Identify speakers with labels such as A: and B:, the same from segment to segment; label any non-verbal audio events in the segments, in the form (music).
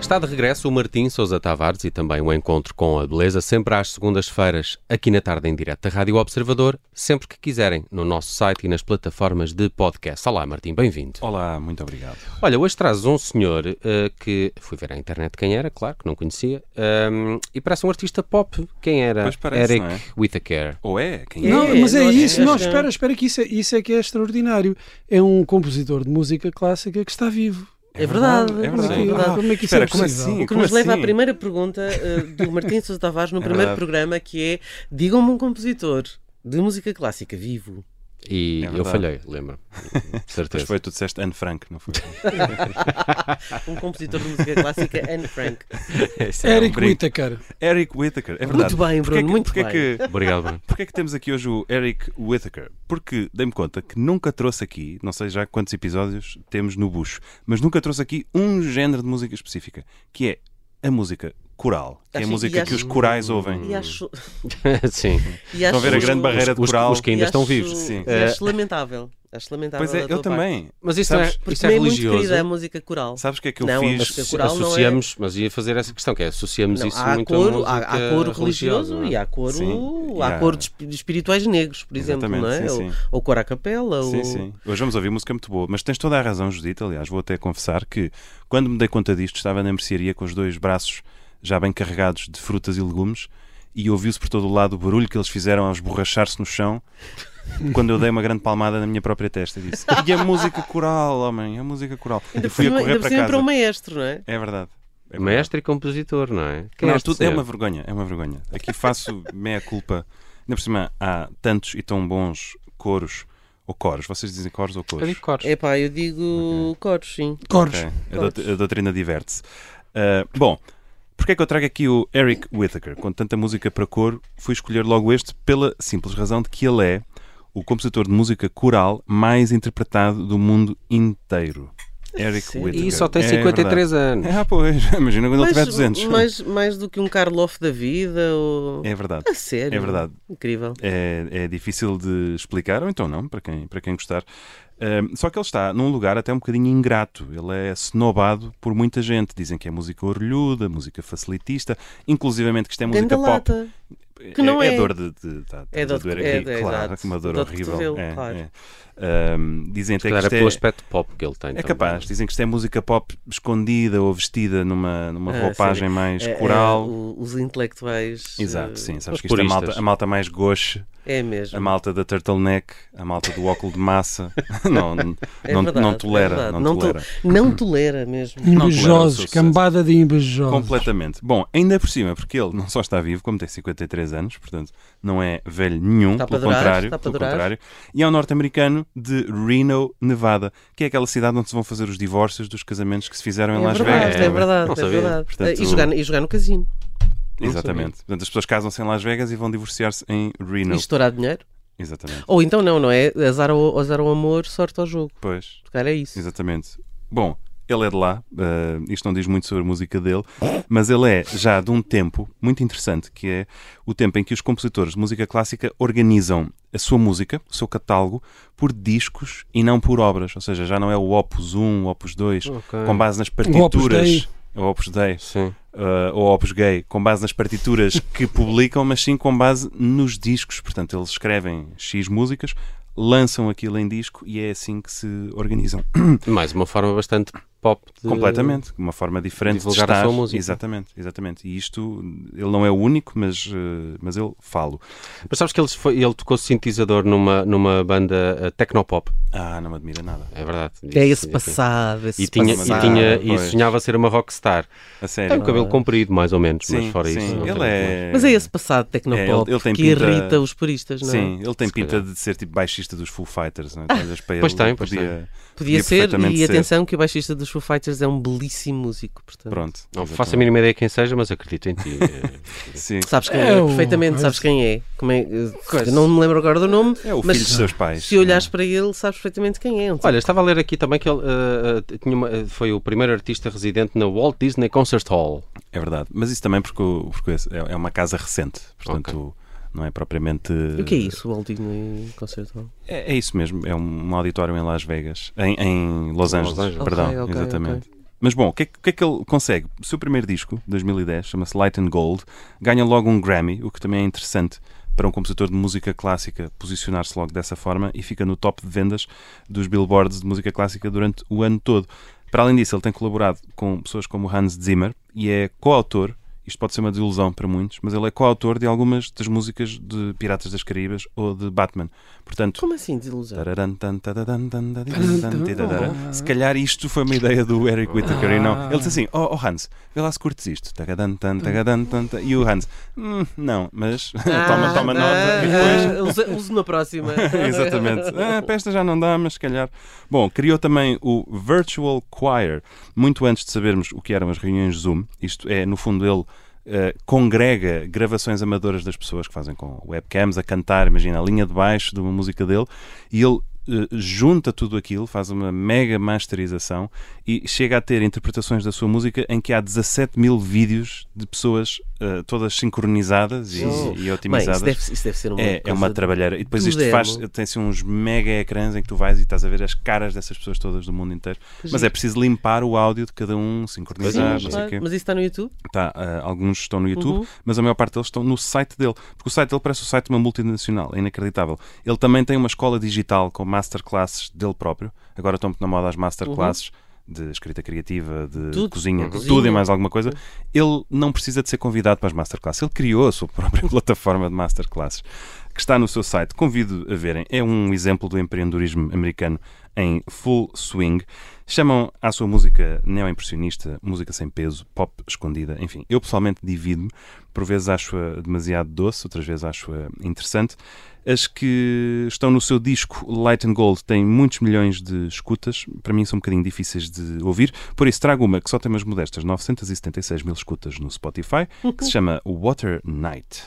A: está de regresso o Martim Sousa Tavares e também o Encontro com a Beleza, sempre às segundas-feiras, aqui na tarde em direto da Rádio Observador, sempre que quiserem, no nosso site e nas plataformas de podcast. Olá, Martim, bem-vindo.
B: Olá, muito obrigado.
A: Olha, hoje traz um senhor uh, que fui ver na internet quem era, claro que não conhecia, um, e parece um artista pop. Quem era?
B: Pois parece,
A: Eric
B: não é?
A: Whittaker.
B: Ou é? Quem é?
C: Não,
D: É,
C: mas é
D: não,
C: isso.
D: é,
C: Não,
D: acho que
C: espera,
D: não.
C: espera, que isso é, isso é que é extraordinário. É um compositor de música clássica que está vivo.
D: É verdade,
B: É
D: como é que-
B: verdade.
D: verdade,
C: como é que isso
B: espera,
C: é
B: como
C: possível?
B: assim?
D: O que
B: Como
D: nos leva à
B: assim?
D: primeira pergunta eh, (laughs) do Martins Sousa Tavares no primeiro
B: verdade.
D: programa, que é digam-me um compositor de música clássica vivo.
A: E
B: É
A: eu
B: verdade.
A: falhei, lembro.
B: (laughs)
A: De
B: Pois
A: certeza.
B: foi, tu disseste Anne Frank, não foi? (laughs)
D: Um compositor de música clássica, (laughs) Anne Frank.
B: Esse era um
C: Eric
B: brinco.
C: Whittaker.
B: Eric Whittaker, é verdade.
D: Muito
B: Porquê
D: bem, Bruno,
B: que-
D: muito
B: porquê
D: bem.
B: Que,
A: Obrigado, Bruno.
B: Porquê é que temos aqui hoje o Eric Whittaker? Porque dei-me conta que nunca trouxe aqui, não sei já quantos episódios temos no bucho, mas nunca trouxe aqui um género de música específica, que é a música coral, que é a
D: Acho-
B: música
D: e
B: que os
D: acho-
B: corais ouvem.
D: E acho.
A: (laughs) Sim.
D: E acho
B: a ver a grande barreira de
A: os,
B: coral.
A: os que ainda
D: e
A: estão
D: acho-
A: vivos.
B: Sim.
D: E acho lamentável. Acho lamentável.
B: Pois é,
D: da tua
B: eu também.
A: Mas isso,
B: Sabes-
A: não é,
D: Parte.
A: isso
D: Isso
A: é
D: é muito
A: religioso.
D: querida a música coral.
B: Sabes o que é que eu
D: Não, a
B: fiz?
D: música coral não é-
A: associamos, mas ia fazer essa questão que é associamos
D: Não,
A: isso
D: há,
A: muito
D: coro,
A: a música
D: há, há coro
A: religiosa,
D: religioso
A: não é?
D: e há coro,
B: Sim, e
D: há
B: há-
D: coro de espi- de espirituais negros, por exemplo,
B: Exatamente,
D: não
B: sim,
D: é? ou,
B: sim.
D: ou coro à capela.
B: Sim,
D: ou...
B: sim. Hoje vamos ouvir música muito boa, mas tens toda a razão, Judito. Aliás, vou até confessar que quando me dei conta disto, estava na mercearia com os dois braços já bem carregados de frutas e legumes e ouviu-se por todo o lado o barulho que eles fizeram ao esborrachar-se no chão quando eu dei uma grande palmada na minha própria testa e disse: E a música coral, homem, a música coral.
D: Ainda
B: E
D: por
B: fui a
D: cima, ainda
B: correr
D: por
B: para
D: cima para
B: casa.
D: o maestro, não é?
B: É verdade. É verdade.
A: Mestre e compositor, não é? Quem
B: Não,
A: é este
B: tudo, é
A: senhor?
B: uma vergonha, é uma vergonha. Aqui faço meia culpa. Ainda por cima, há tantos e tão bons coros ou coros. Vocês dizem coros ou
A: Eu
B: coros?
A: digo cores.
D: É pá, eu digo coros, sim.
C: Coros.
B: Ok, A, dout- a doutrina diverte-se. Ah, bom, porque é que eu trago aqui o Eric Whittaker? Com tanta música para cor, fui escolher logo este pela simples razão de que ele é o compositor de música coral mais interpretado do mundo inteiro. Eric
D: Sério?
B: Whittaker.
A: E só tem
B: É
A: 53
B: verdade.
A: anos.
B: Ah, pois, (laughs) imagina quando ele tiver 200.
D: mas mais do que um Karloff da vida ou...
B: É verdade.
D: A sério?
B: É verdade.
D: Incrível.
B: É, é difícil de explicar, ou então não, para quem, para quem gostar. Ahm, só que ele está num lugar até um bocadinho ingrato. Ele é snobado por muita gente. Dizem que é música orlhuda, música facilitista, inclusivamente que isto é música
D: Ganda
B: pop.
D: lata. que não é.
B: dor de. de, tá-
D: É
B: tá-
D: dor de-
B: doer
D: é,
B: aqui,
D: é,
B: claro,
D: exato.
B: uma dor
D: Dor de
B: horrível.
D: cotovelo,
B: é,
D: claro.
B: é. Ahm, dizem até que
A: Claro, é
B: isto
A: pelo
B: é,
A: aspecto pop que ele tem.
B: é
A: também.
B: capaz. Dizem que isto é música pop escondida ou vestida numa, numa
D: Ah, sim.
B: roupagem mais
D: É, é,
B: coral.
D: o- os intelectuais. eh,
B: Exato, sim. Sabes
A: os
B: que isto é a
A: puristas.
B: malta, a malta mais gauche.
D: É mesmo.
B: A malta da turtleneck, a malta do óculo de
D: (laughs)
B: massa, (laughs) não, não,
D: É
B: não,
D: verdade,
B: não tolera.
D: é verdade.
B: não
D: Não to-
B: tolera.
D: Não tolera mesmo.
C: Invejosos.
B: sucesso.
C: Cambada de invejosos.
B: Completamente. Bom, ainda por cima, porque ele não só está vivo, como tem 53 anos, portanto não é velho nenhum,
D: Está para
B: pelo,
D: durar,
B: contrário,
D: está para
B: pelo
D: durar.
B: contrário. E é um norte-americano de Reno, Nevada, que é aquela cidade onde se vão fazer os divórcios dos casamentos que se fizeram em
D: é
B: Las
D: verdade,
B: Vegas.
D: é
B: não
A: Não
D: verdade, é
A: sabia.
D: verdade.
B: Portanto,
D: e, jogar, e jogar no casino.
B: Exatamente. Portanto, as pessoas casam-se em Las Vegas e vão divorciar-se em
D: E
B: Reno.
D: estourar dinheiro.
B: Exatamente.
D: Ou então não, não é? Azar ao, azar ao amor, sorte ao jogo.
B: Pois.
D: Se calhar é isso.
B: Exatamente. Bom, ele é de lá, eh, isto não diz muito sobre a música dele, mas ele é já de um tempo muito interessante, que é o tempo em que os compositores de música clássica organizam a sua música, o seu catálogo, por discos e não por obras. Ou seja, já não é o Opus 1, o Opus 2,
A: Ok.
B: com base nas
C: Dei.
B: partituras. O Opus Dei,
A: Sim.
B: eh, ou Opus Gay, com base nas partituras que (laughs) publicam, mas sim com base nos discos. Portanto, eles escrevem X músicas, lançam aquilo em disco e é assim que se organizam.
A: Mais uma forma bastante pop. de-
B: Completamente, uma forma diferente
A: divulgar
B: de
A: a
B: estar.
A: sua música.
B: Exatamente, exatamente. E isto, ele não é o único, mas, eh, mas eu falo.
A: Mas sabes que ele, foi- ele tocou sintetizador numa, numa banda eh, tecnopop.
B: Ah, não me admira nada.
A: É verdade.
D: É
A: Isso-
D: esse passado, esse
A: E tinha, e,
D: passado.
A: tinha, e
B: Pois.
A: sonhava ser uma rockstar.
B: A
A: Tem
B: sério.
A: o cabelo comprido, É um mais ou menos,
B: sim,
A: mas fora
B: sim.
A: isso. não tem
B: ele
A: muito mais.
B: é.
D: Mas é esse passado tecnopop
B: É, ele- ele tem
D: que
B: pinta-
D: irrita os puristas, não é?
B: Sim, ele tem
A: Se Ah,
B: pinta de ser tipo baixista dos Foo Fighters, não é? Tu olhas para ele,
A: Pois tem, pois
B: podia...
D: Podia
B: Podia
D: ser,
B: perfeitamente
D: e
B: ser.
D: atenção que o baixista dos Foo Fighters é um belíssimo músico, portanto.
B: Pronto.
A: Não
B: exatamente.
A: faço a mínima ideia quem seja, mas acredito em ti.
D: (laughs)
B: Sim.
D: Sabes quem é,
C: É o-
D: perfeitamente, sabes quem é. Como é- Não me lembro agora do nome,
B: É o
D: mas
B: filho dos seus pais.
D: se olhares para ele, sabes perfeitamente quem é. Um tipo-
A: Olha, estava a ler aqui também que ele eh, eh, tinha uma- eh, foi o primeiro artista residente na Walt Disney Concert Hall.
B: É verdade. Mas isso também porque, o- porque esse é é uma casa recente, portanto não é propriamente.
D: o que é isso, o Walt Disney Concert Hall?
B: um É, é isso mesmo, é um auditório em Las Vegas, em, em Los, Angeles,
A: Angeles.
B: perdão,
D: Ok, ok,
B: exatamente. Mas bom, o que, é, que- o que é que ele consegue? O seu primeiro disco, 2010, chama-se Light and Gold, ganha logo um Grammy, o que também é interessante para um compositor de música clássica posicionar-se logo dessa forma e fica no top de vendas dos billboards de música clássica durante o ano todo. Para além disso, ele tem colaborado com pessoas como Hans Zimmer e é coautor, isto pode ser uma desilusão para muitos, mas ele é coautor de algumas das músicas de Piratas das Caribas ou de Batman. Portanto,
D: Como assim, desilusão?
B: Tararan, tan, tararan, tan, tararan, tan, tararan.
C: Ah,
B: Se calhar isto foi uma ideia do Eric Whittaker e não. Ele disse assim: Oh, oh, Hans, vê lá se curtes isto. Tagadan, tan, tagadan, tan, ta- E o Hans: "Hum, Não, mas (laughs) (laughs) toma, toma nota e depois
D: Ah, Usa, uso na próxima.
B: (laughs)
D: (laughs)
B: Exatamente. Ah, para esta já não dá, mas se calhar. Bom, criou também o Virtual Choir, muito antes de sabermos o que eram as reuniões Zoom. Isto é, no fundo, ele eh, congrega gravações amadoras das pessoas que fazem com webcams a cantar, imagina, a linha de baixo de uma música dele, e ele eh, junta tudo aquilo, faz uma mega masterização e chega a ter interpretações da sua música em que há 17 mil vídeos de pessoas eh, todas sincronizadas e,
D: Uou.
B: e
D: Bem,
B: otimizadas.
D: isso deve, isso deve ser uma
B: É, é
D: coisa
B: uma trabalheira. E depois
D: do
B: isto faz,
D: demo.
B: tem-se uns mega ecrãs em que tu vais e estás a ver as caras dessas pessoas todas do mundo inteiro. Mas é preciso limpar o áudio de cada um,
D: Sim,
B: sincronizar, não sei o
D: é, claro.
B: quê.
D: Mas isso está no YouTube?
B: Tá, ah, alguns estão no YouTube,
D: Uhum.
B: mas a maior parte deles estão no site dele. Porque o site dele parece o site de uma multinacional, é inacreditável. Ele também tem uma escola digital com masterclasses dele próprio. Agora estão muito na moda as masterclasses. De escrita criativa, de
D: Uhum. Tudo. Uhum.
B: cozinha,
D: Cozinha.
B: tudo e mais alguma coisa, ele não precisa de ser convidado para as masterclasses. Ele criou a sua (laughs) própria plataforma de masterclasses que está no seu site. Convido a verem. É um exemplo do empreendedorismo americano em full swing. Chamam à sua música neo-impressionista, música sem peso, pop escondida, enfim. Eu pessoalmente divido-me. Por vezes acho-a demasiado doce, outras vezes acho-a interessante. As que estão no seu disco Light and Gold têm muitos milhões de escutas. Para mim são um bocadinho difíceis de ouvir. Por isso trago uma que só tem umas modestas 976 mil escutas no Spotify, que
D: (laughs)
B: se chama Water Night.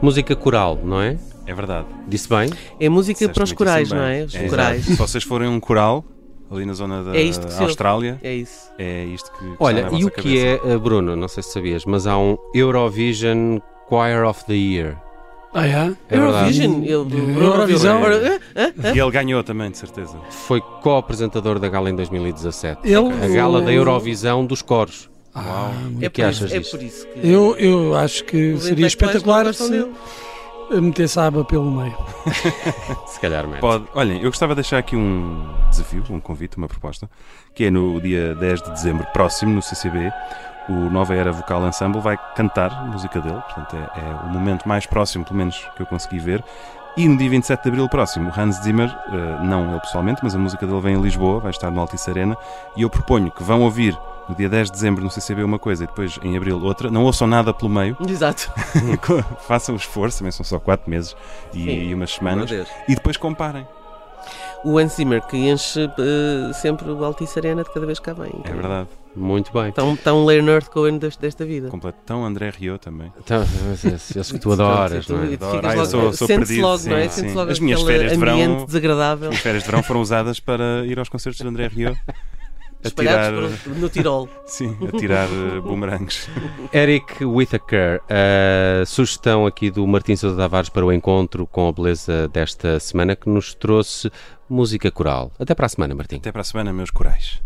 A: Música coral, não é?
B: É verdade.
A: Disse bem?
D: É música
B: Disseste
D: para os
B: muitíssimo
D: corais,
B: bem.
D: não é? Os
B: É,
D: corais.
B: exato. Se vocês forem um coral, ali na zona da
D: É isto que se ouve.
B: Austrália,
D: É isso.
B: é isto que, que
A: Olha,
B: está na
A: e
B: vossa
A: o que
B: cabeça.
A: é, eh, Bruno, não sei se sabias, mas há um Eurovision Choir of the Year.
C: Ah, é?
A: É verdade.
D: Vision, ele do
C: Eurovisão.
D: Euro- Hã? Hã?
B: E ele ganhou também, de certeza.
A: Foi co-apresentador da gala em 2017.
C: Ele,
A: A gala da
C: o-
A: Eurovisão dos coros.
C: Ah,
A: O
D: É
A: que
D: por isso-
A: achas
D: é
A: disto?
D: por isso que.
C: eu, eu acho que
D: os intelectuais não
C: seria espetacular
D: gostam
C: se
D: dele.
C: metesse a aba pelo meio.
A: Se calhar, mete.
B: Pode. Olhem, eu gostava de deixar aqui um desafio, um convite, uma proposta, que é no dia 10 de dezembro próximo, no CCB, o Nova Era Vocal Ensemble vai cantar a música dele, portanto é, é o momento mais próximo, pelo menos que eu consegui ver. E no dia 27 de abril próximo, o Hans Zimmer, eh, não ele pessoalmente, mas a música dele vem em Lisboa, vai estar no Altice Arena, e eu proponho que vão ouvir no dia 10 de dezembro no CCB uma coisa e depois em abril outra, não ouçam nada pelo
D: (laughs)
B: meio,
D: (laughs) Exato.
B: façam o esforço, também são só 4 meses e,
D: Sim.
B: e umas
A: Meu
B: semanas,
A: Deus.
B: e depois comparem.
D: O Hans Zimmer que enche eh, sempre o Altice Arena de cada vez que cá vem.
B: É verdade.
A: Muito bem.
B: Então-
D: Tão, tão Leonard Cohen deste- desta vida.
B: Completo. Tão André Rieu também.
A: Então, eles que tu adoras,
D: tu,
A: não
D: Então, e
A: é?
D: tu
B: Adoro.
D: ficas
B: Ah, eu
D: logo,
B: sou- sou
D: sentes
B: perdido,
D: logo, não é?
B: sim,
D: Sentes
B: sim.
D: logo
B: As minhas
D: aquele
B: férias de verão-
D: ambiente desagradável
B: As férias de verão foram usadas para ir aos concertos de André Rieu. (laughs) A tirar,
D: espalhados por- no Tirol.
B: sim, a tirar
D: (laughs)
B: eh, bumerangues.
A: Eric Whittaker, a sugestão aqui do Martim Sousa Tavares para o encontro com a beleza desta semana que nos trouxe música coral. Até para a semana, Martim.
B: Até para a semana, meus corais.